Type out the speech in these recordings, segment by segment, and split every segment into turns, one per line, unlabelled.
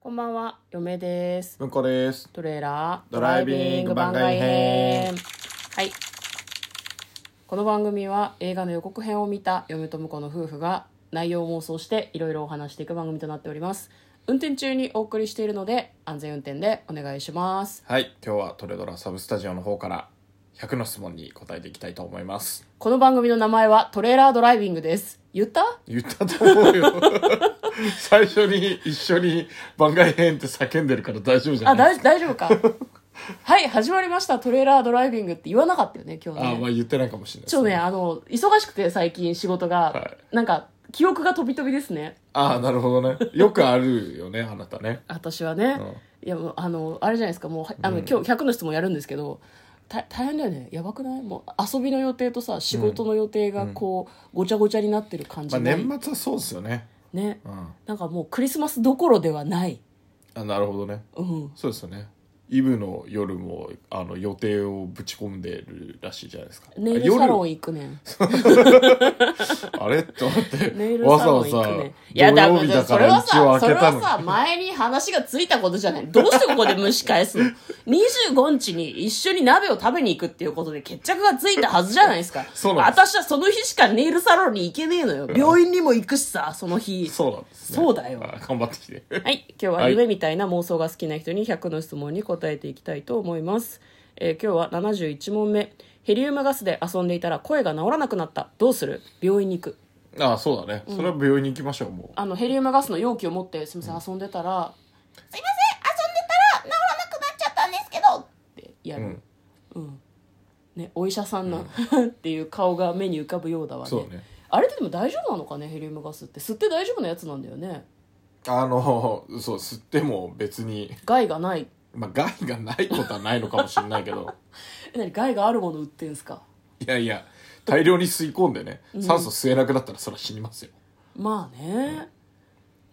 こんばんは、嫁です。
向こうです。
トレーラード
ドライビング番外編。
はい。この番組は映画の予告編を見た嫁と婿の夫婦が内容を妄想していろいろお話していく番組となっております。運転中にお送りしているので安全運転でお願いします。
はい、今日はトレドラサブスタジオの方から100の質問に答えていきたいと思います。
この番組の名前はトレーラードライビングです。言った
言ったと思 うよ。最初に一緒に番外編って叫んでるから大丈夫じゃ
あ、
ない
だい大丈夫 か。はい、始まりました。トレーラードライビングって言わなかったよね、今日ね。
あ、まあ言ってないかもしれないで
ち
す
ょっとね、。あの、忙しくて最近仕事が、
は
なんか、記憶が飛び飛びですね。
ああ、なるほどね。よくあるよね、あなたね。
私はね。いや、もう、あの、あれじゃないですか、もう、はあの、今日100の質問やるんですけど、た大変だよね。やばくないもう、遊びの予定とさ、仕事の予定がこう、ごちゃごちゃになってる感
ま
じ
あ
ない、
年末はそうですよね。
ね。
うん。
なんかもう、クリスマスどころではない。
あなるほどね。
うん。
そうですよね。イブの夜もあの予定をぶち込んでるらしいじゃないですか。
ネイルサロ
あ
ン行くねん。
夜 あれと思って
ネイルサ
わざ
ロ
わ
ン
ざ
行く
土
ねん。いや、だ
曜日だ
そ
か
れ
ら
は
一
さ、
応
そ
開
れ
けた
は
のに
さ、前に話がついたことじゃない。どうしてここで蒸し返す の ?25 日に一緒に鍋を食べに行くっていうことで決着がついたはずじゃないですか。
そうなんで
私はその日しかネイルサロンに行けねえのよ。病院にも行くしさ、その日。
そうなんです、ね。
そうだよ
あ頑張ってきて。
はい、今日は夢みたいな妄想が好きな人に100の質問に答えていきたいと思います。えー今日は71問目。ヘリウムガスで遊んでいたら声が治らなくなった。どうする病院に行く。
ああ、そうだね。それは病院に行きましょう、も
あのヘリウムガスの容器を持ってすみません遊んでたら「すみません遊んでたら治らなくなっちゃったんですけど」ってや
う。う
る、
ん。
ね、お医者さんの、 っていう顔が目に浮かぶようだわね
そうね。
あれってでも大丈夫なのかねヘリウムガスって吸って大丈夫なやつなんだよね
あの、そう、吸っても別に、
害がない
まあ、害がないことはないのかもしれないけど、
え何害があるもの売ってんすか
いやいや、大量に吸い込んでね、酸素吸えなくなったらそれは死にますよ。
まあね、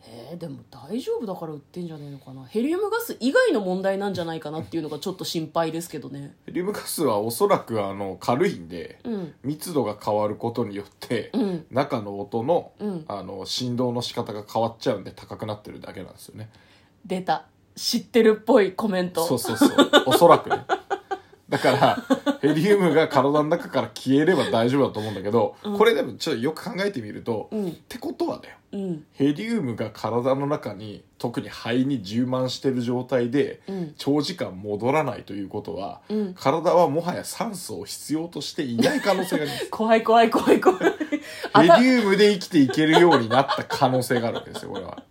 えーでも大丈夫だから売ってんじゃねえのかなヘリウムガス以外の問題なんじゃないかなっていうのがちょっと心配ですけどね
ヘリウムガスはおそらくあの軽いんで、
うん
密度が変わることによって、
うん
中の音の,、
うん
あの振動の仕方が変わっちゃうんで高くなってるだけなんですよね
出た知ってるっぽいコメント
そうそうそう。おそらくね。だから、ヘリウムが体の中から消えれば大丈夫だと思うんだけど、これでもちょっとよく考えてみると、
うん
ってことはだよ。
うん
ヘリウムが体の中に、特に肺に充満してる状態で、
うん
長時間戻らないということは、
うん
体はもはや酸素を必要としていない可能性があります。
怖い怖い怖い怖い。 あ
ヘ
た
リウムで生きていけるようになった可能性があるわけですよ、これは。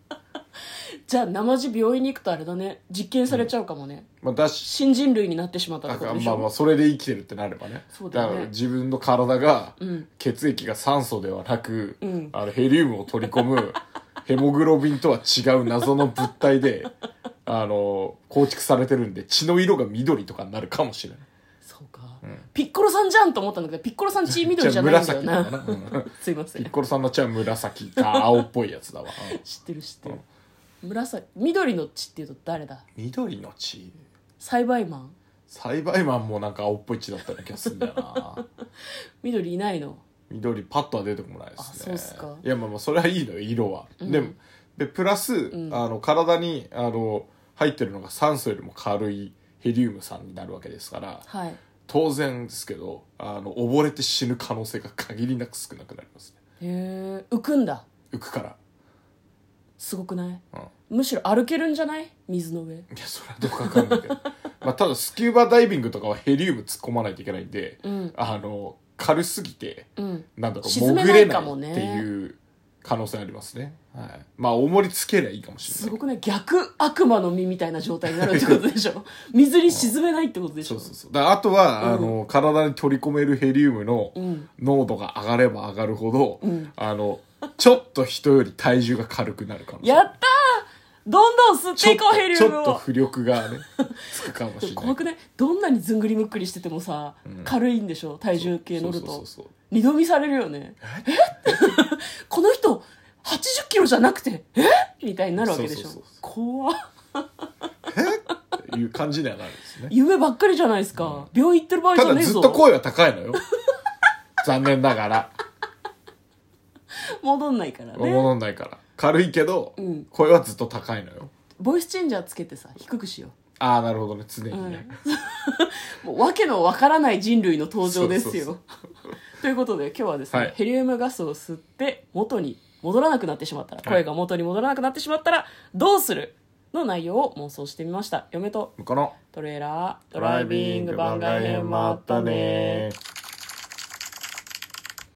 じゃあ、生地病院に行くとあれだね。実験されちゃうかもね。
まあ、だし、
新人類になってしまったってこ
あ
とでし
まあま
ょ。
あそれで生きてるってなればね
そうだよね
から自分の体が
ん
血液が酸素ではなく、
うん
あのヘリウムを取り込む ヘモグロビンとは違う謎の物体であの構築されてるんで血の色が緑とかになるかもしれない
そうか。ピッコロさんじゃんと思ったんだけど、ピッコロさん血緑じゃないんだよ
じゃあ紫
な
と。かな、うん
すいませ
ピッ
ん。
コロさんの血は紫か青っぽいやつだわ、うん
知ってる知ってる。紫、緑の血っていうと誰だ
緑の血
栽培マン
栽培マンもなんか青っぽい血だったような気がするんだよな
緑いないの。
緑パッとは出てこないですね
あそうっすか
いやまあまあそれはいいのよ色は、でもでプラス、あの体にあの入ってるのが酸素よりも軽いヘリウム酸になるわけですから
はい。
当然ですけどあの溺れて死ぬ可能性が限りなく少なくなりますね
へえ、浮くんだ。
浮くから、
すごくない
うん、
むしろ歩けるんじゃない水の上。
いやそれはどうかわかんないけど まあただスキューバダイビングとかはヘリウム突っ込まないといけないんで、
うん。
あの軽すぎて
うん。
なんだろう
沈め
潜
ない
れ
か
な
も
い
ね
っていう可能性ありますね、はい、まあ重りつけりゃいいかもしれない
すごくない逆悪魔の実みたいな状態になるってことでし ょ水に沈めないってことでし
そ
ょ
うそうそうだからあとは、あの体に取り込めるヘリウムの
ん
濃度が上がれば上がるほど、
ん
あのちょっと人より体重が軽くなるかもしれ
や
な
ったーどんどん吸っ
いち
て
ょ
いこうヘリウ
っ
ム
とちょっと
を
浮力 がねつくかもしれな
怖
い
くないどんなにずんぐりむっくりしててもさ、軽いんでしょ体重計乗る
そうそ
と
うそうそう
二度見されるよねえこの人80キロじゃなくてえみたいになるわけでしょ
そうそうそうそう
怖っ
っていう感じにはなるんですね
夢ばっかりじゃないですか、病院行ってる場合じ
た
ゃ
だ
ねえ
ずっ
ぞ
と声は高いのよ残念ながら
戻んないからね
戻んないから軽いけど、
ん
声はずっと高いのよ
ボイスチェンジャーつけてさ低くしよ
ああなるほどね常にね、
うもう訳のわからない人類の登場ですよ
そう
ということで今日はですね、
はい
ヘリウムガスを吸って元に戻らなくなってしまったら
い
声が元に戻らなくなってしまったらどうするの内容を妄想してみました嫁と
向こうの
トレーラードライビング番外編も
も
あったね